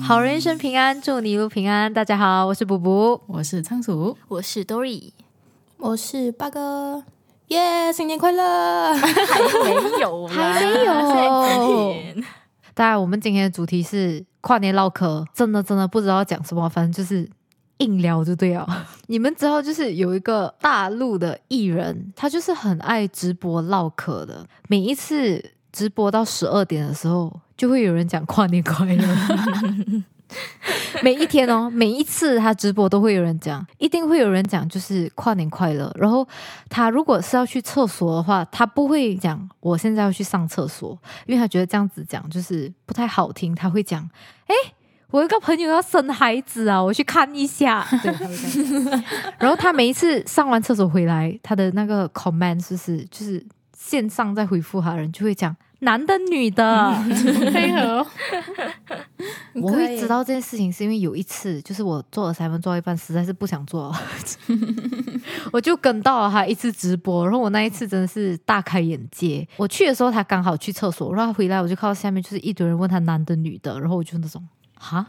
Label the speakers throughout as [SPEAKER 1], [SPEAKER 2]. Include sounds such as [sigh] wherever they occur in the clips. [SPEAKER 1] 好人一生平安，祝你一路平安。大家好，我是卜卜。
[SPEAKER 2] 我是仓鼠，
[SPEAKER 3] 我是 Dory，
[SPEAKER 4] 我是八哥，耶、新年快乐！
[SPEAKER 3] 还没有啦，
[SPEAKER 1] 还没有
[SPEAKER 3] 才几年
[SPEAKER 1] 当然，我们今天的主题是跨年唠嗑，真的真的不知道讲什么，反正就是硬聊就对了。 [laughs] 你们知道，就是有一个大陆的艺人，他就是很爱直播唠嗑的，每一次直播到十二点的时候，就会有人讲跨年快乐。每一天哦，每一次他直播都会有人讲，一定会有人讲就是跨年快乐。然后他如果是要去厕所的话，他不会讲我现在要去上厕所，因为他觉得这样子讲就是不太好听，他会讲，哎，我有一个朋友要生孩子啊，我去看一下。对，他会这样讲 [laughs] 然后他每一次上完厕所回来，他的那个 comment 就是就是线上在回复他的人就会讲男的女的，
[SPEAKER 2] 配合。
[SPEAKER 1] 我会知道这件事情是因为有一次，就是我做了三分做到一半，实在是不想做 [laughs] 了，我就跟到了他一次直播，然后我那一次真的是大开眼界。我去的时候，他刚好去厕所，然后他回来我就看到下面就是一堆人问他男的女的，然后我就那种哈，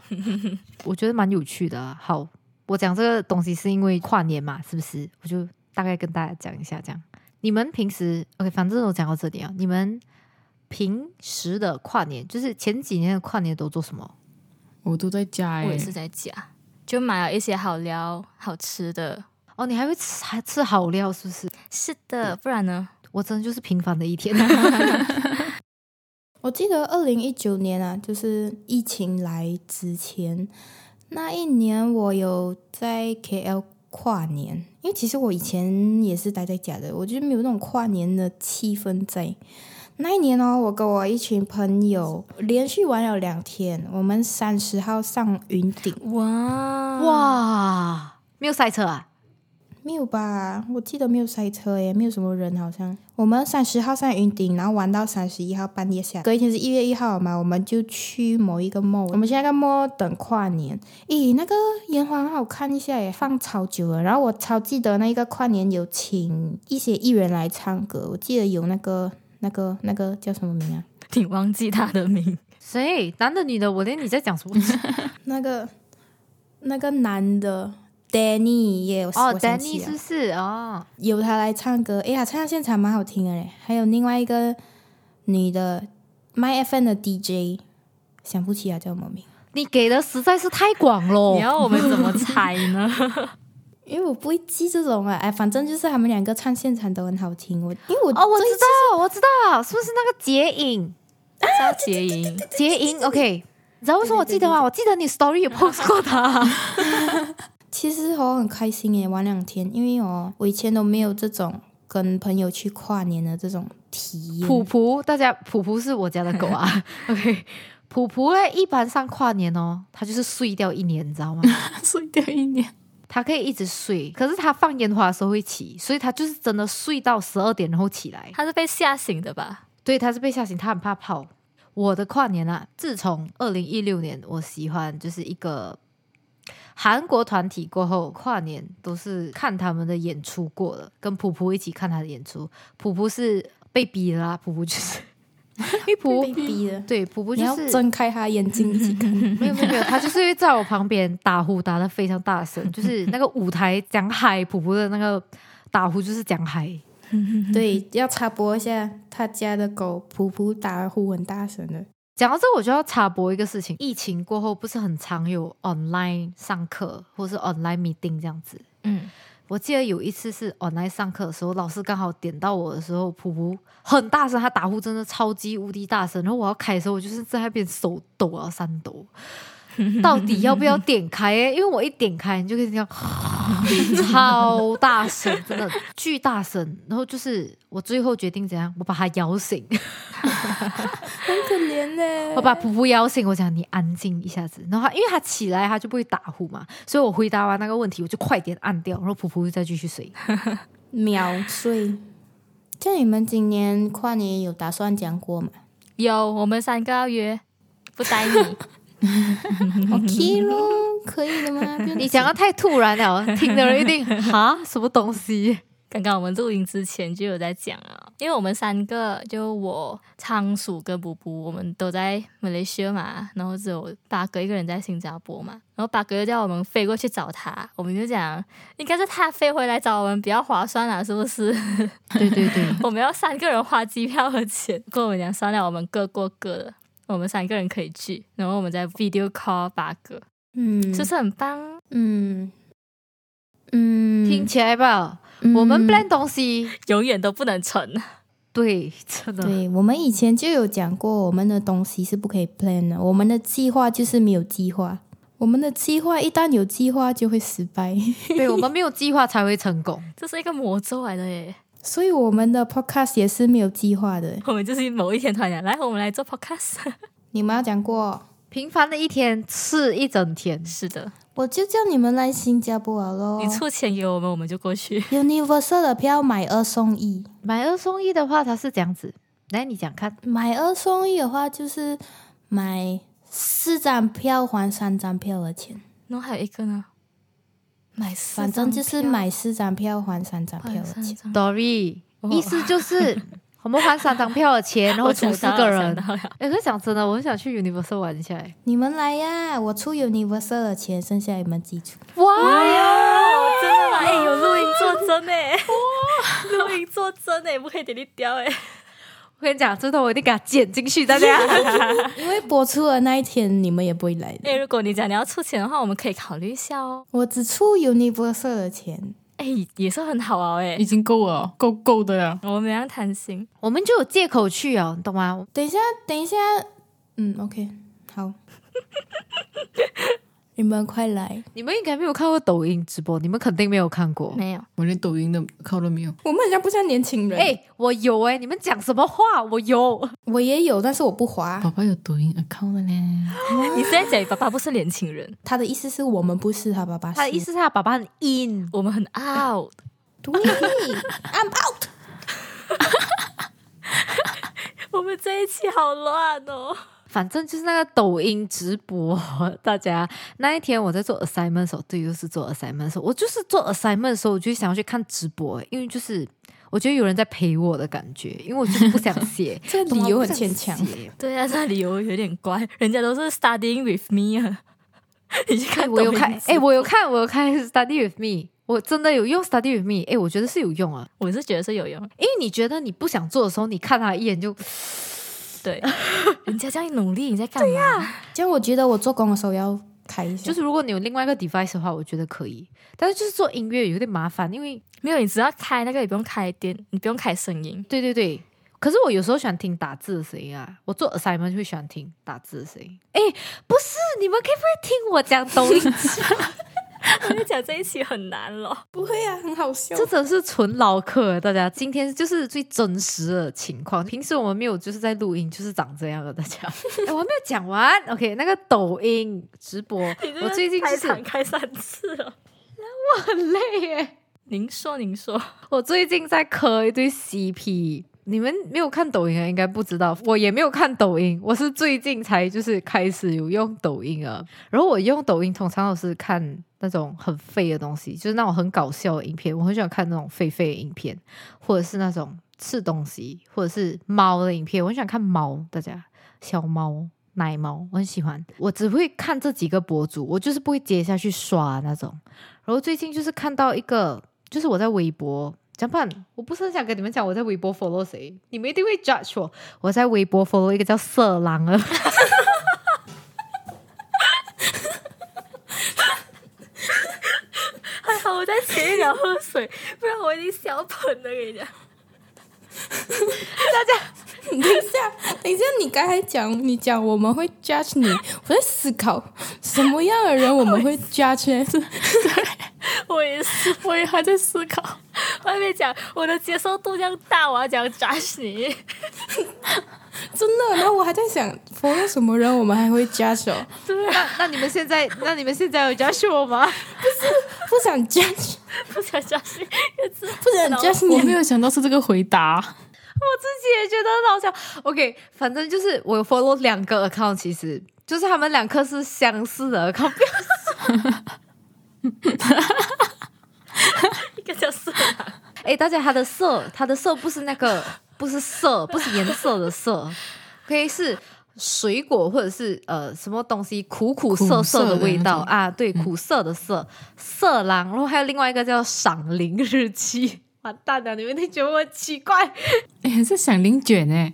[SPEAKER 1] 我觉得蛮有趣的啊、好，我讲这个东西是因为跨年嘛，是不是？我就大概跟大家讲一下，这样你们平时 OK，反正我讲到这里啊，你们。平时的跨年，就是前几年的跨年都做什么？
[SPEAKER 2] 我都在家
[SPEAKER 3] 我
[SPEAKER 2] 哎、
[SPEAKER 3] 也是在家，就买了一些好料、好吃的。
[SPEAKER 1] 哦，你还会吃还吃好料是不是？
[SPEAKER 3] 是
[SPEAKER 4] 嗯
[SPEAKER 3] 的，不然呢？
[SPEAKER 1] 我真的就是平凡的一天。
[SPEAKER 4] 我记得二零一九年啊，就是疫情来之前那一年，我有在 KL 跨年，因为其实我以前也是待在家的，我就没有那种跨年的气氛在。那一年哦，我跟我一群朋友连续玩了两天，我们三十号上云顶，
[SPEAKER 3] 哇哇，
[SPEAKER 1] 哇，没有塞车啊！
[SPEAKER 4] 没有吧？我记得没有塞车耶，没有什么人，好像我们三十号上云顶，然后玩到三十一号半夜下，隔一天是一月一号嘛，我们就去某一个 mall，我们现在在 mall 等跨年。咦，那个烟花很好看一下耶，放超久了。然后我超记得那一个跨年有请一些艺人来唱歌，我记得有那个那个那个叫什么名啊？
[SPEAKER 3] 挺忘记他的名，
[SPEAKER 1] 谁男的女的？我连你在讲什么？
[SPEAKER 4] 那个那个男的 Danny 耶，我
[SPEAKER 1] 哦
[SPEAKER 4] 我想起
[SPEAKER 1] ，Danny
[SPEAKER 4] 了
[SPEAKER 1] 是不是哦，
[SPEAKER 4] 由他来唱歌，哎呀，唱到现场蛮好听的嘞。还有另外一个女的，My FM 的 DJ，想不起来叫什么名，
[SPEAKER 1] 你给的实在是太广
[SPEAKER 4] 哦
[SPEAKER 1] 喽。
[SPEAKER 3] 你要我们怎么猜
[SPEAKER 4] [laughs]
[SPEAKER 3] 呢？
[SPEAKER 4] 因为我不会记这种啊。哎，反正就是他们两个唱现场都很好听。我因为我
[SPEAKER 1] 哦，我
[SPEAKER 4] 最
[SPEAKER 1] 知道，我知道，是不是那个结影？
[SPEAKER 3] 张
[SPEAKER 4] [laughs]
[SPEAKER 3] 杰莹，
[SPEAKER 1] 结影，OK。你知道为什么我记得啊吗？我记得你 story 有 post 过他。
[SPEAKER 4] 其实我很开心耶，玩两天，因为哦，我以前都没有这种跟朋友去跨年的这种体验。
[SPEAKER 1] 普普，大家普普是我家的狗啊。OK，普普嘞，一般上跨年哦，它就是睡掉一年，你知道吗？
[SPEAKER 2] 睡掉一年，
[SPEAKER 1] 他可以一直睡，可是他放烟花的时候会起，所以他就是真的睡到十二点然后起来。
[SPEAKER 3] 他是被吓醒的吧？
[SPEAKER 1] 对，他是被吓醒，他很怕泡。我的跨年啊，自从二零一六年我喜欢就是一个韩国团体过后，跨年都是看他们的演出过了，跟普普一起看他的演出。普普是被逼的啦，普普就是 [laughs] 因为普
[SPEAKER 4] 被逼的，
[SPEAKER 1] 对普普
[SPEAKER 4] 你
[SPEAKER 1] 就
[SPEAKER 4] 要
[SPEAKER 1] 是
[SPEAKER 4] 睁开他眼睛一
[SPEAKER 1] [laughs]
[SPEAKER 4] 起看。
[SPEAKER 1] 没有没有没有，他就是会在我旁边打呼打的非常大声，就是那个舞台讲嗨，普普的那个打呼就是讲嗨。
[SPEAKER 4] 对，要插播一下，他家的狗普普打呼很大声的。
[SPEAKER 1] 讲到这，我就要插播一个事情，疫情过后不是很常有 online 上课或是 online meeting 这样子。
[SPEAKER 3] 嗯，
[SPEAKER 1] 我记得有一次是 online 上课的时候，老师刚好点到我的时候，普普很大声，他打呼真的超级无敌大声。然后我要开的时候，我就是在那边手抖啊，三抖，到底要不要点开、欸？因为我一点开，你就可以听到超大声，真的巨大声。然后就是我最后决定怎样，我把他摇醒。
[SPEAKER 4] 很可怜呢。
[SPEAKER 1] 我把噗噗邀醒，我讲你安静一下子，然后他因为他起来他就不会打呼嘛，所以我回答完那个问题我就快点按掉，然后噗噗就再继续睡。
[SPEAKER 4] 秒睡。像你们今年跨年有打算讲过吗
[SPEAKER 3] 有，我们三个要约，不带你。
[SPEAKER 4] ？OK
[SPEAKER 1] [laughs]
[SPEAKER 4] 咯，可以的吗？不用
[SPEAKER 1] 你讲的啊太突然
[SPEAKER 3] [laughs]
[SPEAKER 1] 了，听的人一定哈什么东西？
[SPEAKER 3] 刚刚我们录音之前就有在讲啊，因为我们三个就我、仓鼠跟布布，我们都在马来西亚嘛，然后只有八哥一个人在新加坡嘛，然后八哥就叫我们飞过去找他，我们就讲应该是他飞回来找我们比较划算啦，是不是？
[SPEAKER 1] 对对对，
[SPEAKER 3] 我们要三个人花机票和钱，跟我们讲算了，我们各过各的，我们三个人可以去，然后我们再 video call 八哥，
[SPEAKER 4] 嗯，
[SPEAKER 3] 是不是很棒？
[SPEAKER 4] 嗯
[SPEAKER 1] [laughs]
[SPEAKER 4] 嗯，
[SPEAKER 1] 听起来吧，
[SPEAKER 4] 嗯
[SPEAKER 1] 我们 plan 东西，
[SPEAKER 3] 永远都不能成。
[SPEAKER 1] 对，真的，
[SPEAKER 4] 对，我们以前就有讲过，我们的东西是不可以 plan 的，我们的计划就是没有计划。我们的计划一旦有计划就会失败， [laughs]
[SPEAKER 1] 对我们没有计划才会成功。
[SPEAKER 3] 这是一个魔咒来的耶！
[SPEAKER 4] 所以我们的 podcast 也是没有计划的。
[SPEAKER 3] [laughs] 我们就是某一天突然讲，来，我们来做 podcast。 [laughs]
[SPEAKER 4] 你们要讲过，
[SPEAKER 1] 平凡的一天是一整天，
[SPEAKER 3] 是的，
[SPEAKER 4] 我就叫你们来新加坡了咯。
[SPEAKER 3] 你出钱给我们，我们就过 [laughs] 去。
[SPEAKER 4] Universal 的票买二送一，
[SPEAKER 1] 买二送一的话，它是这样子。来，你讲看，
[SPEAKER 4] 买二送一的话就是买四张票还三张票的钱，
[SPEAKER 3] 然后还有一个呢，买四张
[SPEAKER 4] 反
[SPEAKER 3] 票
[SPEAKER 4] 正就是买四张票还三张票
[SPEAKER 3] 买
[SPEAKER 4] 的
[SPEAKER 3] 三
[SPEAKER 4] 钱。
[SPEAKER 3] 张。
[SPEAKER 1] Dory，、
[SPEAKER 3] 哦
[SPEAKER 1] 意思就是
[SPEAKER 3] [laughs]
[SPEAKER 1] 我们还三张票的钱，然后
[SPEAKER 3] 我
[SPEAKER 1] 出
[SPEAKER 3] 想
[SPEAKER 1] 四
[SPEAKER 3] 到
[SPEAKER 1] 个
[SPEAKER 3] 了
[SPEAKER 1] 人
[SPEAKER 3] 想。到了
[SPEAKER 1] 哎，可是讲真的，我很想去 Universal 玩一下。哎，
[SPEAKER 4] 你们来呀，我出 Universal 的钱，剩下你们自己出。 [laughs]
[SPEAKER 1] 哇，
[SPEAKER 3] 哦，真的吗？哎、有录音作真哎， [laughs] 录音作真哎，不可以点你掉哎。
[SPEAKER 1] 我跟你讲，这段我一定给它剪进去，大
[SPEAKER 3] [laughs]
[SPEAKER 1] 家。
[SPEAKER 4] 因为播出的那一天你们也不会来的。
[SPEAKER 3] 哎，如果你讲你要出钱的话，我们可以考虑一下哦。
[SPEAKER 4] 我只出 Universal 的钱，
[SPEAKER 3] 哎，也是很好啊哎
[SPEAKER 2] 已，经够了，够够的了。
[SPEAKER 3] 我们没让贪心。
[SPEAKER 1] 我们就有借口去哦，你懂吗？
[SPEAKER 4] 等一下，等一下，嗯，OK，好， [laughs] 你们快来，
[SPEAKER 1] 你们应该没有看过抖音直播，你们肯定没有看过。
[SPEAKER 3] 哦没有，
[SPEAKER 2] 我连抖音的靠都没有。
[SPEAKER 4] 我们好像不像年轻人
[SPEAKER 1] 哎、我有哎、你们讲什么话？我有，
[SPEAKER 4] 我也有，但是我不滑。
[SPEAKER 2] 宝宝有抖音 account 的嘞，
[SPEAKER 3] 你是在讲你爸爸不是年轻人，
[SPEAKER 4] 他的意思是我们不是他爸爸，
[SPEAKER 1] 他的意思是他爸爸很 in，
[SPEAKER 3] 我们很 out。 [laughs]
[SPEAKER 4] 对，I'm out。
[SPEAKER 3] 我们在一起好乱哦。
[SPEAKER 1] 反正就是那个抖音直播，大家那一天我在做 assignment 的时候，对，又是做 assignment 的时候，我就是做 assignment 的时候，我就想要去看直播、因为就是我觉得有人在陪我的感觉，因为我就是不想写，
[SPEAKER 4] [laughs] 这个理由很牵强
[SPEAKER 1] 懂吗。我不想写
[SPEAKER 3] 对啊，这理由有点怪，人家都是 studying with me 啊。 [laughs] 你去看
[SPEAKER 1] 我有
[SPEAKER 3] 抖音
[SPEAKER 1] 看，
[SPEAKER 3] 直
[SPEAKER 1] 哎、我有看，我有看 study with me，我真的有用 study with me，哎、我觉得是有用啊，
[SPEAKER 3] 我是觉得是有用。
[SPEAKER 1] 因为你觉得你不想做的时候，你看他一眼就
[SPEAKER 3] [laughs] 对，人家叫你努力，你在干嘛？对呀、
[SPEAKER 4] 这样我觉得我做工的时候要开一下，
[SPEAKER 1] 就是如果你有另外一个 device 的话，我觉得可以。但是就是做音乐有点麻烦，因为
[SPEAKER 3] 没有，你只要开那个，也不用开电，你不用开声音。
[SPEAKER 1] 对对对。可是我有时候喜欢听打字的声音啊，我做 assignment 就会喜欢听打字的声音。哎，不是，你们可以不会听我讲抖音？
[SPEAKER 3] [laughs] 我就讲这一期很难咯。
[SPEAKER 4] 不会啊，很好笑
[SPEAKER 1] 这真是纯老客，大家今天就是最真实的情况。平时我们没有就是在录音，就是长这样的。大家，哎，我还没有讲完。OK，那个抖音直播，我最近就是
[SPEAKER 3] 开场开三次了。
[SPEAKER 1] 很累耶。
[SPEAKER 3] 您说，您说，
[SPEAKER 1] 我最近在磕一对 CP，你们没有看抖音啊，应该不知道。我也没有看抖音，我是最近才就是开始有用抖音啊。然后我用抖音通常都是看那种很废的东西，就是那种很搞笑的影片。我很喜欢看那种废废的影片，或者是那种吃东西，或者是猫的影片。我很喜欢看猫，大家小猫。奶猫，我很喜欢。我只会看这几个博主，我就是不会接下去刷那种。然后最近就是看到一个，就是我在微博，讲不然我不是很想跟你们讲我在微博 follow 谁，你们一定会 judge 我。我在微博 follow 一个叫色狼啊的，
[SPEAKER 3] 还好哎我在前一秒喝水， [laughs] 不然我已经笑喷了。跟你讲，
[SPEAKER 4] 等一下，等一下，你刚才讲，你讲我们会 judge 你，我在思考什么样的人我们会 judge 呢。 [laughs]
[SPEAKER 3] [laughs] 我也是，
[SPEAKER 2] 我也还在思考。
[SPEAKER 3] [laughs] 我还没讲，我的接受度这样大，我要讲 judge 你。
[SPEAKER 4] 真的，然后我还在想，否认什么人我们还会 judge 哦，
[SPEAKER 3] 啊
[SPEAKER 1] 那那你们现在，那你们现在有 judge 我吗？
[SPEAKER 4] 不想 judge，
[SPEAKER 3] 不想相信，就是
[SPEAKER 4] 不想 judge
[SPEAKER 2] 我没
[SPEAKER 4] 你。
[SPEAKER 2] 有想到是这个回答，
[SPEAKER 1] 我自己也觉得很好笑。OK，反正就是我有 follow 两个 account，其实就是他们两个是相似的 account，不要
[SPEAKER 3] 一个叫色狼，啊
[SPEAKER 1] 哎，大家他的色，他的色不是那个 [laughs] 不是
[SPEAKER 2] [laughs]
[SPEAKER 1] 色，不是颜色的色，OK 是水果或者是呃什么东西苦苦涩涩的味道
[SPEAKER 2] 苦涩的那种嗯
[SPEAKER 1] 啊，对，苦涩的涩色狼，然后还有另外一个叫赏铃日记。 [laughs] 完蛋了！你们都觉得我很奇怪，
[SPEAKER 2] 哎、还是响铃卷哎、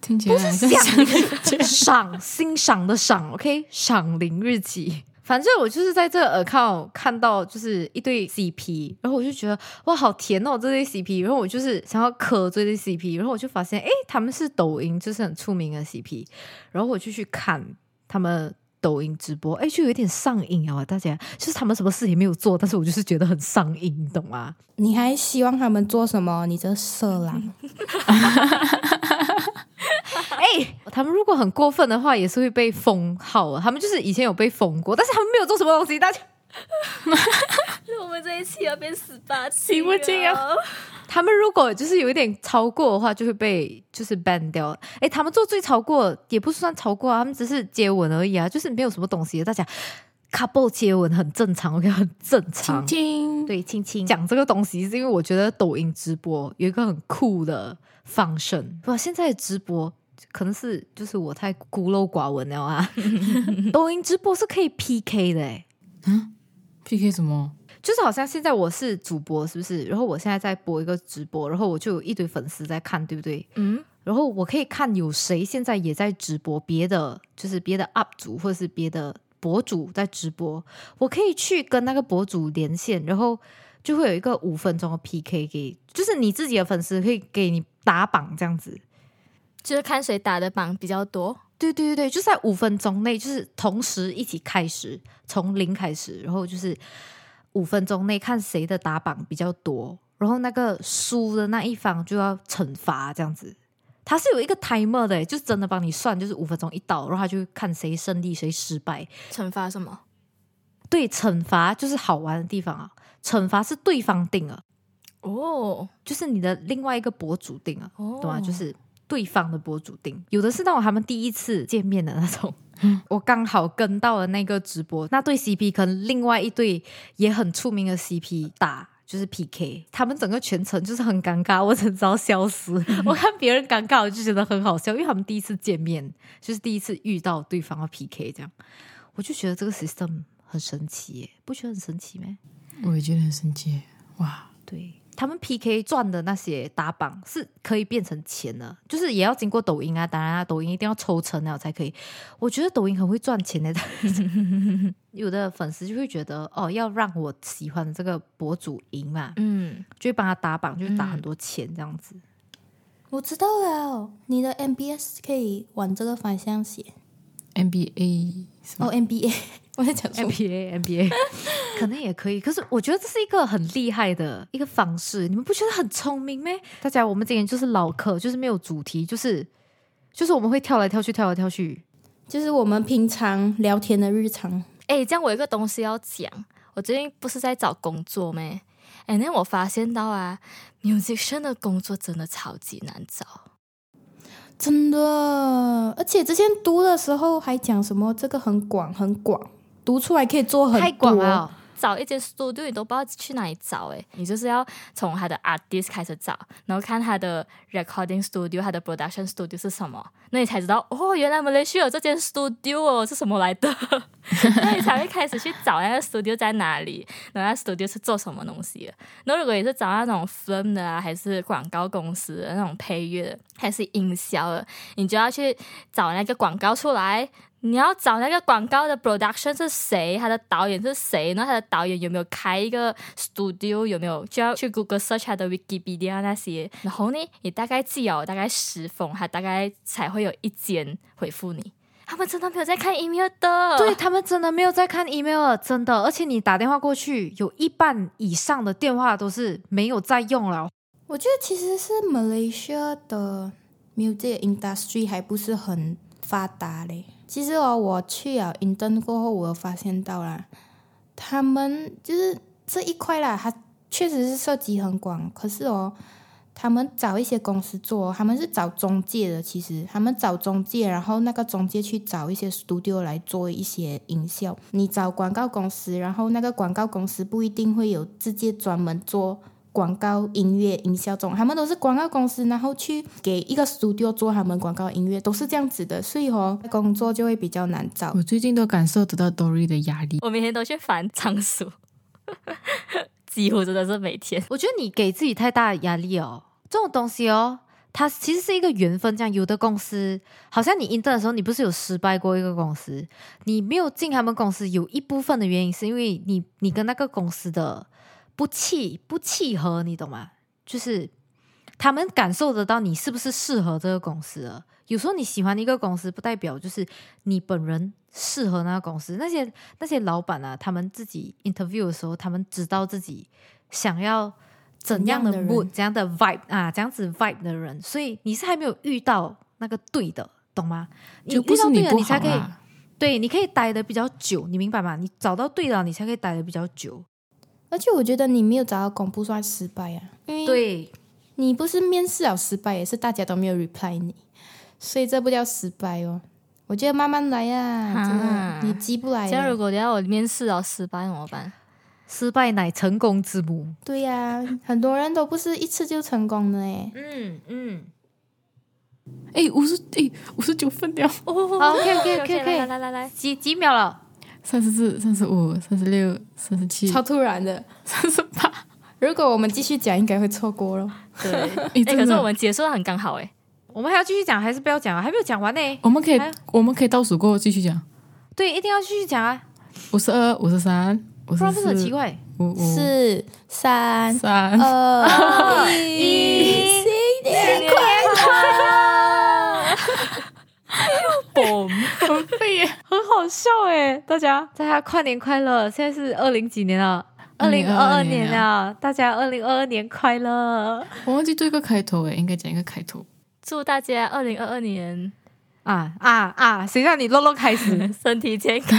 [SPEAKER 2] 听起来
[SPEAKER 1] [laughs]
[SPEAKER 2] 不是
[SPEAKER 1] 响赏欣赏的赏，OK，赏铃日记。反正我就是在这个 account 看到就是一对 CP，然后我就觉得哇好甜哦这对 CP，然后我就是想要磕这对 CP，然后我就发现诶，他们是抖音就是很出名的 CP，然后我就去看他们抖音直播，诶，就有点上瘾啊！大家就是他们什么事也没有做，但是我就是觉得很上瘾，你懂吗？
[SPEAKER 4] 你还希望他们做什么？你这个色狼，
[SPEAKER 1] 他们如果很过分的话，也是会被封号啊。他们就是以前有被封过，但是他们没有做什么东西，大家
[SPEAKER 3] [laughs] 那我们这一期要变十八期，
[SPEAKER 2] 听不进啊！
[SPEAKER 1] 他们如果就是有一点超过的话，就会被就是 ban 掉。诶，他们做最超过也不算超过啊，他们只是接吻而已啊，就是没有什么东西的。大家 couple 接吻很正常，OK，很正常
[SPEAKER 2] 亲。亲，
[SPEAKER 1] 对，亲亲。讲这个东西是因为我觉得抖音直播有一个很酷的 function。哇，现在的直播可能是就是我太孤陋寡闻了
[SPEAKER 2] [laughs]
[SPEAKER 1] 啊。抖音直播是可以 PK 的、欸诶。
[SPEAKER 2] PK 什么？
[SPEAKER 1] 就是好像现在我是主播，是不是？然后我现在在播一个直播，然后我就有一堆粉丝在看，对不对？
[SPEAKER 3] 嗯，
[SPEAKER 1] 然后我可以看有谁现在也在直播，别的就是别的 UP 主或者是别的博主在直播，我可以去跟那个博主连线，然后就会有一个五分钟的 PK 给，就是你自己的粉丝可以给你打榜这样子。
[SPEAKER 3] 就是看谁打的榜比较多。
[SPEAKER 1] 对对对对，就在五分钟内，就是同时一起开始，从零开始，然后就是五分钟内看谁的打榜比较多，然后那个输的那一方就要惩罚这样子。它是有一个 timer 的，就是真的帮你算，就是五分钟一到，然后他就看谁胜利谁失败。
[SPEAKER 3] 惩罚什么？
[SPEAKER 1] 对，惩罚就是好玩的地方啊，惩罚是对方定的，
[SPEAKER 3] 哦
[SPEAKER 1] 就是你的另外一个博主定的，
[SPEAKER 3] 哦，
[SPEAKER 1] 懂吗？就是对方的博主定，有的是那种他们第一次见面的那种。 [laughs] 我刚好跟到了那个直播，那对 CP 跟另外一对也很出名的 CP 打。就是 PK，他们整个全程就是很尴尬，我真的要笑死。我看别人尴尬，我就觉得很好笑，因为他们第一次见面，就是第一次遇到对方要 PK 这样，我就觉得这个 system 很神奇耶，不觉得很神奇吗？
[SPEAKER 2] 我也觉得很神奇，哇！
[SPEAKER 1] 对他们 PK 赚的那些打榜是可以变成钱的，就是也要经过抖音啊，当然啊，抖音一定要抽成了才可以。我觉得抖音很会赚钱的， [laughs] 有的粉丝就会觉得哦，要让我喜欢的这个博主赢嘛，
[SPEAKER 3] 嗯，
[SPEAKER 1] 就会帮他打榜，就会打很多钱这样子。
[SPEAKER 4] 我知道了，你的 MBS 可以往这个方向写
[SPEAKER 2] NBA 什么
[SPEAKER 4] 哦，MBA，我在 [laughs] 讲什么？
[SPEAKER 1] NBA NBA [laughs] 可能也可以，可是我觉得这是一个很厉害的一个方式，你们不觉得很聪明吗？大家，我们今天就是老课，就是没有主题，就是就是我们会跳来跳去，跳来跳去。
[SPEAKER 4] 就是我们平常聊天的日常。
[SPEAKER 3] 哎、这样我有一个东西要讲，我最近不是在找工作咩？哎、那我发现到啊，musician 的工作真的超级难找。
[SPEAKER 4] 真的，而且之前读的时候还讲什么这个很广很广，读出来可以做很多
[SPEAKER 1] 太广了，
[SPEAKER 3] 找一间 studio 你都不知道去哪里找哎、你就是要从他的 artist 开始找，然后看他的 recording studio、他的 production studio 是什么，那你才知道哦，原来 Malaysia 有这间 studio 哦是什么来的，那你才会开始去找那个 studio 在哪里，然后那 studio 是做什么东西的。然后如果你是找那种 film 的啊，还是广告公司的那种配乐的，还是营销的，你就要去找那个广告出来，你要找那个广告的 production 是谁，他的导演是谁，然后他的导演有没有开一个 studio，有没有就要去 Google search 他的 Wikipedia 那些，然后呢，你大概记哦，大概十封，他大概才会有一间回复你。他们真的没有在看 email
[SPEAKER 1] [laughs]
[SPEAKER 3] 的，[laughs]
[SPEAKER 1] 对他们真的没有在看 email，了真的。而且你打电话过去，有一半以上的电话都是没有在用了。
[SPEAKER 4] 我觉得其实是 Malaysia 的 music industry 还不是很发达嘞。其实哦，我去了 intern 过后，我有发现到啦，他们就是这一块啦，它确实是涉及很广。可是哦，他们找一些公司做哦，他们是找中介的。其实他们找中介，然后那个中介去找一些 studio 来做一些营销。你找广告公司，然后那个广告公司不一定会有直接专门做广告、音乐、营销这种，他们都是广告公司，然后去给一个 studio 做他们广告、音乐，都是这样子的，所以哦，工作就会比较难找。
[SPEAKER 2] 我最近都感受得到 Dory 的压力。
[SPEAKER 3] [laughs] 我每天都去烦仓鼠， [laughs] 几乎真的是每天。
[SPEAKER 1] 我觉得你给自己太大的压力哦，这种东西哦。它其实是一个缘分，这样有的公司好像你 intern 的时候，你不是有失败过一个公司，你没有进他们公司，有一部分的原因是因为你你跟那个公司的不契不契合，你懂吗？就是他们感受得到你是不是适合这个公司了。有时候你喜欢一个公司，不代表就是你本人适合那个公司。那些那些老板啊，他们自己 interview 的时候，他们知道自己想要。怎样的 mood，怎样的 vibe 啊，这样子 vibe 的人，所以你是还没有遇到那个对的，懂吗？你啊
[SPEAKER 2] 就不
[SPEAKER 1] 遇
[SPEAKER 2] 是
[SPEAKER 1] 到
[SPEAKER 2] 你
[SPEAKER 1] 对的，
[SPEAKER 2] 不
[SPEAKER 1] 你才可以
[SPEAKER 2] 好啊，
[SPEAKER 1] 对，你可以待的比较久，你明白吗？你找到对的，你才可以待的比较久。
[SPEAKER 4] 而且我觉得你没有找到工不算失败啊，因为
[SPEAKER 1] 对，
[SPEAKER 4] 你不是面试了失败，也是大家都没有 reply 你，所以这不叫失败哦。我觉得慢慢来呀、真
[SPEAKER 3] 啊
[SPEAKER 4] 的，你急不
[SPEAKER 1] 哎
[SPEAKER 4] 来
[SPEAKER 3] 这
[SPEAKER 4] 的。
[SPEAKER 3] 样如果等下我面试到失败怎么办？
[SPEAKER 1] 失败乃成功之母。
[SPEAKER 4] 对呀、很多人都不是一次就成功的哎。
[SPEAKER 1] 嗯嗯
[SPEAKER 2] 哎，五十哎五十九分了，
[SPEAKER 1] ，OK OK OK
[SPEAKER 3] 来
[SPEAKER 1] OK，
[SPEAKER 3] 来来来，
[SPEAKER 1] 几几秒了？
[SPEAKER 2] 三十四、三十五、三十六、三十七、
[SPEAKER 4] 超突然的。
[SPEAKER 2] 三十八。
[SPEAKER 4] 如果我们继续讲，应该会错过咯。
[SPEAKER 3] 对，哎、
[SPEAKER 2] 哎，
[SPEAKER 3] 可
[SPEAKER 2] 真
[SPEAKER 3] 是
[SPEAKER 2] 的
[SPEAKER 3] 我，们结束的很刚好哎、
[SPEAKER 1] 我们还要继续讲，还是不要讲啊？还没有讲完呢。
[SPEAKER 2] 我们可以
[SPEAKER 1] 还有
[SPEAKER 2] 我们可以倒数过后继续讲，
[SPEAKER 1] 对，一定要继续讲啊，
[SPEAKER 2] 五十二、五十三、五
[SPEAKER 1] 不然
[SPEAKER 2] 十
[SPEAKER 1] 不是很奇
[SPEAKER 2] 四、
[SPEAKER 1] 怪。
[SPEAKER 2] 五五
[SPEAKER 4] 四三
[SPEAKER 2] 三。
[SPEAKER 4] 二一，新年快
[SPEAKER 2] 很废耶！
[SPEAKER 1] 很好笑哎、大家大家快年快乐！现在是二零几年了，二零二二
[SPEAKER 2] 2022
[SPEAKER 1] 年
[SPEAKER 2] 年
[SPEAKER 1] 了，大家二零二二年快乐
[SPEAKER 2] 我忘记做一个开头诶，应该讲一个开头。
[SPEAKER 3] 祝大家二零二二年
[SPEAKER 1] 啊啊啊！谁让你漏漏开始？
[SPEAKER 3] 身体健康，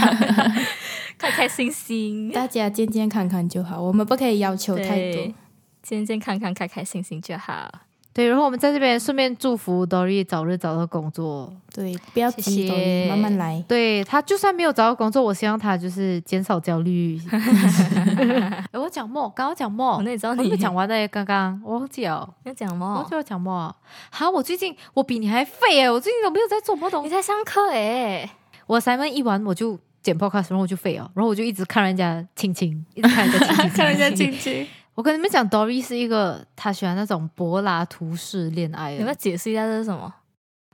[SPEAKER 3] 开开心心，
[SPEAKER 4] 大家健健康康就好，我们不可以要求太多
[SPEAKER 3] 对。，健健康康、开开心心就好。
[SPEAKER 1] [laughs] 对，然后我们在这边顺便祝福 Dory 早日找到工作。
[SPEAKER 4] 对，不要
[SPEAKER 3] 谢
[SPEAKER 4] 急，
[SPEAKER 3] 谢
[SPEAKER 4] 抖音慢慢来。
[SPEAKER 1] 对他，就算没有找到工作，我希望他就是减少焦 [laughs] 虑。哎，我讲梦，刚刚讲
[SPEAKER 3] 哦，
[SPEAKER 1] 梦，
[SPEAKER 3] 那你知道
[SPEAKER 1] 我
[SPEAKER 3] 你
[SPEAKER 1] 没有讲完呢，刚刚我忘记了，
[SPEAKER 3] 要讲什
[SPEAKER 1] 我忘
[SPEAKER 3] 么
[SPEAKER 1] 记？要讲梦啊。好，我最近我比你还废哎，我最近都没有在做梦东
[SPEAKER 3] 你在上课哎、
[SPEAKER 1] [laughs] 我 assignment 一完我就剪 podcast，然后我就废了，然后我就一直看人家亲亲，一直看人 [laughs] 家亲亲，看人家亲亲。我跟你们讲，Dory 是一个她喜欢那种柏拉图式恋爱
[SPEAKER 3] 你要不要
[SPEAKER 1] 的。
[SPEAKER 3] 解释一下这是什么？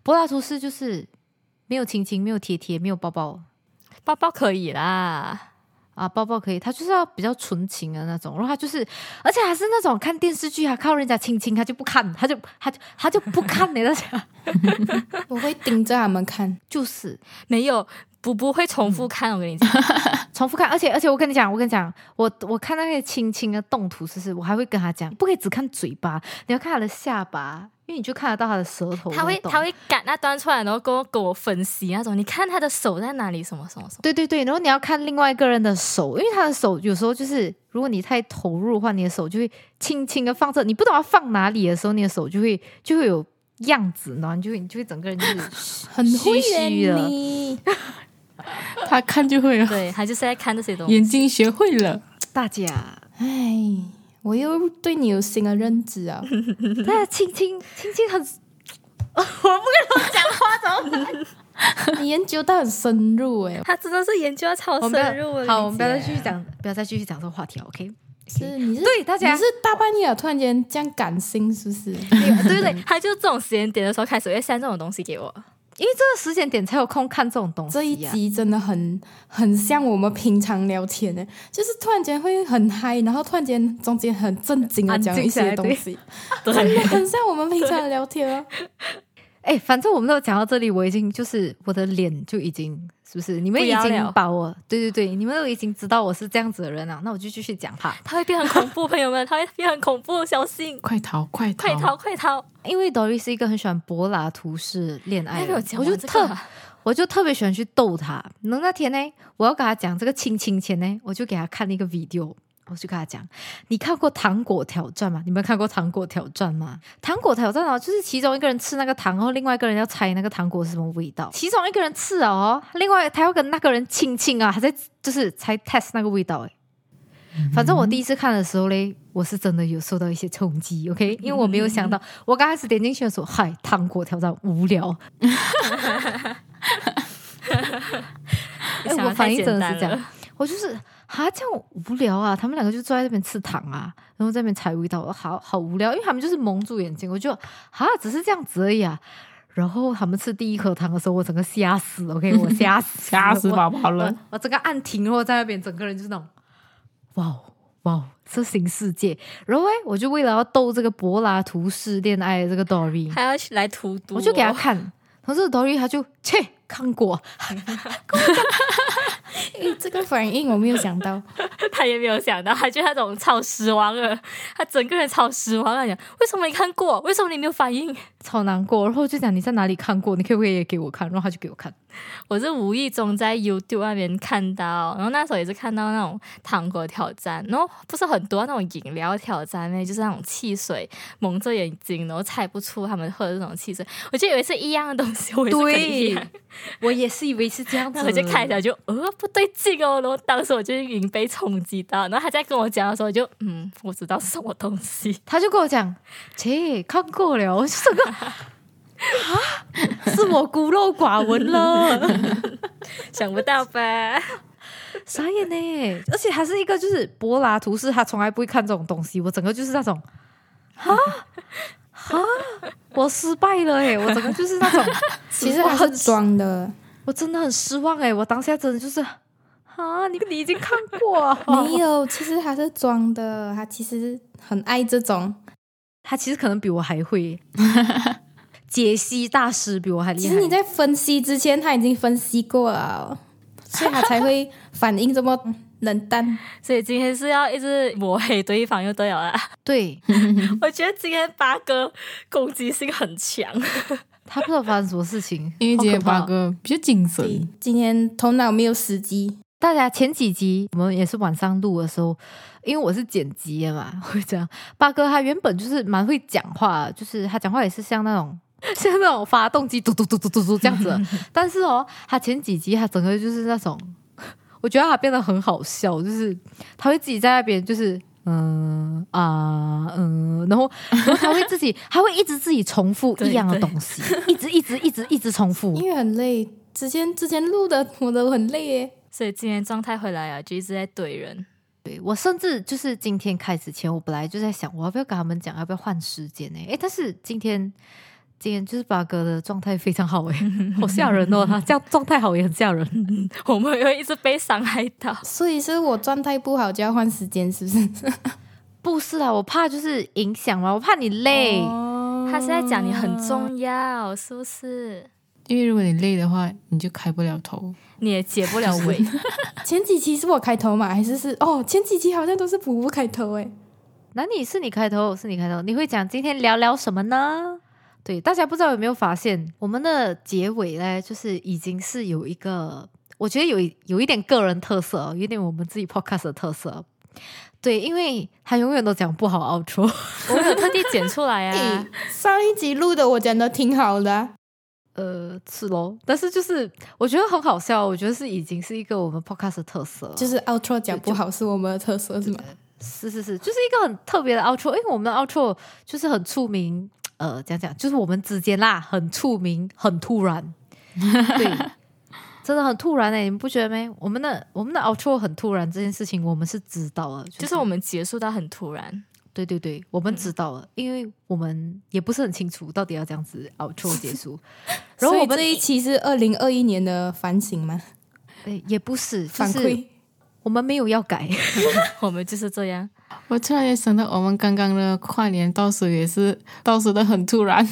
[SPEAKER 1] 柏拉图式就是没有亲亲，没有贴贴，没有抱抱
[SPEAKER 3] 包包可以啦，
[SPEAKER 1] 啊，抱抱可以，她就是要比较纯情的那种。然后她就是，而且还是那种看电视剧啊，靠人家亲亲，她就不看，她就她就她就不看你那些，
[SPEAKER 4] 我会盯着他们看，
[SPEAKER 1] [laughs] 就是
[SPEAKER 3] 没有。不不会重
[SPEAKER 1] 嗯
[SPEAKER 3] 复看，我跟你讲，
[SPEAKER 1] 重复看，而且而且我跟你讲，我跟你讲，我我看那些亲亲的动图，其实我还会跟他讲，不可以只看嘴巴，你要看他的下巴，因为你就看得到他的舌头。
[SPEAKER 3] 他会
[SPEAKER 1] 你懂
[SPEAKER 3] 他，会赶那端出来，然后跟我跟我分析那种，你看他的手在哪里，什么什么什么，
[SPEAKER 1] 对对对，然后你要看另外一个人的手，因为他的手有时候就是，如果你太投入的话，你的手就会轻轻的放着，你不懂要放哪里的时候，你的手就会就会有样子，然后你就会你就会整个人就是
[SPEAKER 4] 很会耶
[SPEAKER 1] 虚的
[SPEAKER 4] [laughs] 你。
[SPEAKER 2] 他看就会了，
[SPEAKER 3] 对他就是在看这些
[SPEAKER 1] [laughs]
[SPEAKER 3] 东西。
[SPEAKER 2] 眼睛学会了。
[SPEAKER 1] 大家，
[SPEAKER 4] 哎，我又对你有新的认知啊！
[SPEAKER 1] 大家亲亲亲亲很
[SPEAKER 4] 你研究到很深入哎，
[SPEAKER 3] 他真的是研究到超
[SPEAKER 1] 我们
[SPEAKER 3] 深
[SPEAKER 1] 不要
[SPEAKER 3] 入的。
[SPEAKER 1] 好，我们不要再继续讲，不要再继续讲这个话题了，OK？
[SPEAKER 4] 是你是
[SPEAKER 1] 对大家
[SPEAKER 4] 你是大半夜突然间这样感性是不是？
[SPEAKER 3] [laughs] 对对对，他就是这种时间点的时候开始会删这种东西给我。
[SPEAKER 1] 因为这个时间点才有空看这种东西、啊。
[SPEAKER 4] 这一集真的很很像我们平常聊天呢，就是突然间会很嗨，然后突然间中间很正经的讲一些东西，真的很像我们平常聊天哦。
[SPEAKER 1] 哎、反正我们都讲到这里，我已经就是我的脸就已经是不是？你们
[SPEAKER 3] 不
[SPEAKER 1] 已
[SPEAKER 3] 要
[SPEAKER 1] 经
[SPEAKER 3] 了
[SPEAKER 1] 把我对对对，你们都已经知道我是这样子的人了、啊那我就继续讲吧。
[SPEAKER 3] 他会变很恐怖，朋友们，他会变很恐怖，小心，
[SPEAKER 2] 快逃！快逃！
[SPEAKER 3] 快逃，快逃！
[SPEAKER 1] 因为 Dory 是一个很喜欢柏拉图式恋
[SPEAKER 3] 你
[SPEAKER 1] 爱
[SPEAKER 3] 还
[SPEAKER 1] 的
[SPEAKER 3] 没有
[SPEAKER 1] 人，
[SPEAKER 3] 讲
[SPEAKER 1] 哎我就
[SPEAKER 3] 完这个
[SPEAKER 1] 特
[SPEAKER 3] 啊，
[SPEAKER 1] 我就特别喜欢去逗他。然后那天呢，我要跟他讲这个亲亲前呢，我就给他看了一个 video，我就跟他讲，你看过《糖果挑战》吗？你们看过《糖果挑战》吗？《糖果挑战》哦，就是其中一个人吃那个糖，然后另外一个人要猜那个糖果是什么味道。其中一个人吃了哦，另外他要跟那个人亲亲啊，还在就是才 test 那个味道诶。反正我第一次看的时候嘞，我是真的有受到一些冲击，OK，因为我没有想到，
[SPEAKER 3] 嗯
[SPEAKER 1] 我刚开始点进去的时候，嗨，糖果挑战无
[SPEAKER 3] [laughs]
[SPEAKER 1] 聊，哎、我反应真的是这
[SPEAKER 3] 想得太简单
[SPEAKER 1] 样
[SPEAKER 3] 了，
[SPEAKER 1] 我就是哈这样无聊啊，他们两个就坐在那边吃糖啊，然后在那边踩味道，好好无聊，因为他们就是蒙住眼睛，我就哈只是这样子而已啊。然后他们吃第一颗糖的时候，我整个吓死，OK，我吓死，
[SPEAKER 3] [laughs]
[SPEAKER 2] 吓死
[SPEAKER 1] 我
[SPEAKER 2] 宝
[SPEAKER 1] 我
[SPEAKER 2] 宝了。
[SPEAKER 1] 我整个按停，然后在那边，整个人就是那种，哇哦哇哦，这新世界。然后哎，我就为了要逗这个柏拉图式恋爱的这个 Dory，
[SPEAKER 3] 还要去来荼毒
[SPEAKER 1] 我就给他看，同时 Dory 他就切看过，
[SPEAKER 4] 诶这个反应我没有想到，
[SPEAKER 3] [laughs] 他也没有想到，他觉得他这种超失望了，他整个人超失望了。讲为什么你看过？为什么你没有反应？
[SPEAKER 1] 超难过。然后我就讲你在哪里看过，你可不可以也给我看？然后他就给我看，
[SPEAKER 3] 我是无意中在 YouTube 那边看到，然后那时候也是看到那种糖果挑战，然后不是很多那种饮料挑战呢，就是那种汽水蒙着眼睛，然后猜不出他们喝的那种汽水，我就以为是一样的东西，我也是跟你一 [laughs] 样，
[SPEAKER 1] 我也是以为是这样子，
[SPEAKER 3] 然后我就看一下就呃不对劲哦，然后当时我就已经被冲击到，然后他在跟我讲的时候我就嗯我知道是什么东西，
[SPEAKER 1] 他就跟我讲，切看过了，我就整个 [laughs] 啊，是我孤陋寡闻了。
[SPEAKER 3] 想不到 [laughs] 吧？
[SPEAKER 1] 傻眼呢！而且还是一个就是柏拉图式，他从来不会看这种东西。我整个就是
[SPEAKER 4] [laughs]
[SPEAKER 1] 那种，啊啊，我失败了哎！我整个就是那种，
[SPEAKER 4] [laughs] 其实他是装的，
[SPEAKER 1] 我真的很失望哎！我当下真的就是，啊，你你已经看过、
[SPEAKER 4] [laughs]
[SPEAKER 1] 啊，
[SPEAKER 4] 没有，其实他是装的，他其实很爱这种。
[SPEAKER 1] 他其实可能比我还
[SPEAKER 4] [laughs]
[SPEAKER 1] 会。解析大师比我还厉
[SPEAKER 4] 其
[SPEAKER 1] 害。
[SPEAKER 4] 实你在分析之前他已经分析过了，所以他才会反应这么冷淡。
[SPEAKER 3] 所以今天是要一直抹黑对方就对了啦。
[SPEAKER 1] 对
[SPEAKER 3] 我觉得今天八哥攻击性很强，
[SPEAKER 1] 他不知道发生什么事情，
[SPEAKER 2] 因为今
[SPEAKER 1] 好
[SPEAKER 2] 天
[SPEAKER 1] 可怕
[SPEAKER 2] 八哥比较精神，
[SPEAKER 4] 今天头脑没有时机，
[SPEAKER 1] 大家前几集我们也是晚上录的时候，因为我是剪辑的嘛， [laughs] 会这样。八哥他原本就是蛮会讲话的，就是他讲话也是像那种 [laughs] 像那种发动机嘟嘟嘟嘟嘟嘟这样子的。但是哦，他前几集他整个就是那种， [laughs] 我觉得他变得很好笑，就是他会自己在那边就是。嗯啊嗯，然后然后他会自己， [laughs] 他会一直自己重复一样的东西，一直一直一直一直重复。
[SPEAKER 4] 因为很累。之前之前录的我都很累耶，
[SPEAKER 3] 所以今天状态回来啊，就一直在怼人。 [laughs]
[SPEAKER 1] 对我甚至就是今天开始前，我本来就在想，我要不要跟他们讲，要不要换时间呢？诶，但是今天今天就是八哥的状态非常好诶，好吓人哦，他这样状态好也很吓人。
[SPEAKER 3] 我们又一直被伤害到，
[SPEAKER 4] 所以是我状态不好就要换时间，是不是？
[SPEAKER 1] 不是啊，我怕就是影响嘛，我怕你累。
[SPEAKER 4] 哦
[SPEAKER 3] 他是在讲你很重要，是不是？
[SPEAKER 2] 因为如果你累的话，你就开不了头。
[SPEAKER 3] 你也解不了围，
[SPEAKER 4] 前几期是我开头嘛，还是是哦？前几期好像都是补补开头哎。
[SPEAKER 1] 那你是你开头，是你开头，你会讲今天聊聊什么呢？对，大家不知道有没有发现，我们的结尾呢，就是已经是有一个，我觉得有一有一点个人特色哦，有一点我们自己 podcast 的特色。对，因为他永远都讲不好 outro，
[SPEAKER 3] 我有特地剪出来啊
[SPEAKER 1] [laughs]
[SPEAKER 4] 诶。哎上一集录的我讲的挺好的啊、
[SPEAKER 1] 呃，是咯，但是就是我觉得很好笑，我觉得是已经是一个我们 podcast 的特色了，
[SPEAKER 4] 就是 outro 讲不好是我们的特色是吗？
[SPEAKER 1] 是是是，就是一个很特别的 outro，因为我们的 outro 就是很出名，呃，讲讲就是我们之间啦，很出名，很突然，对，真的很突然哎、你们不觉得没？我们的我们的 outro 很突然这件事情，我们是知道的，
[SPEAKER 3] 就是我们结束到很突然，
[SPEAKER 1] 对对对，我们知道了，因为我们也不是很清楚到底要这样子 outro 结束，然后
[SPEAKER 4] 所以
[SPEAKER 1] 我们
[SPEAKER 4] 这一期是二零二一年的反省吗？
[SPEAKER 1] 哎也不是，就
[SPEAKER 4] 反
[SPEAKER 1] 是
[SPEAKER 4] 馈
[SPEAKER 1] 我们没有要改，
[SPEAKER 3] 我们就是这样。
[SPEAKER 2] 我突然间想到，我们刚刚的跨年倒数也是倒数的很突然，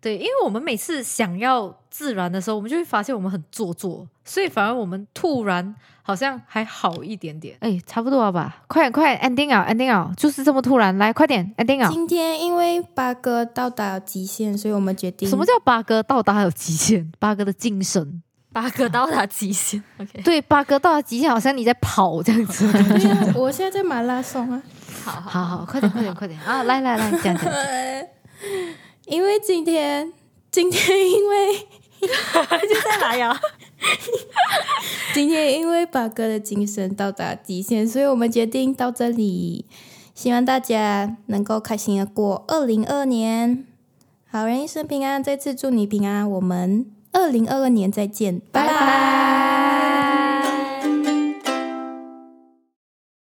[SPEAKER 1] 对，因为我们每次想要自然的时候，我们就会发现我们很做作，所以反而我们突然好像还好一点点。哎，差不多了吧？快点，快点，ending 啊，ending 啊，就是这么突然，来，快点，ending 啊！
[SPEAKER 4] 今天因为八哥到达了极限，所以我们决定
[SPEAKER 1] 什么
[SPEAKER 4] [laughs]
[SPEAKER 1] 叫八哥到达有极限？八哥的精神，
[SPEAKER 3] 八哥到达极限，OK，
[SPEAKER 1] 对，八哥到达极限，好像你在跑这样子。
[SPEAKER 4] [laughs] 对啊我现在在马拉松啊，
[SPEAKER 3] 好好，
[SPEAKER 1] 好好，快点，快点，快点啊！来来来，讲讲。
[SPEAKER 4] 因为今天今天因为 [laughs]
[SPEAKER 1] [laughs]
[SPEAKER 3] 就在哪呀？
[SPEAKER 4] 啊今天因为八哥的精神到达极限，所以我们决定到这里。希望大家能够开心的过二零二年，好人一生平安。再次祝你平安，我们二零二二年再见，拜拜。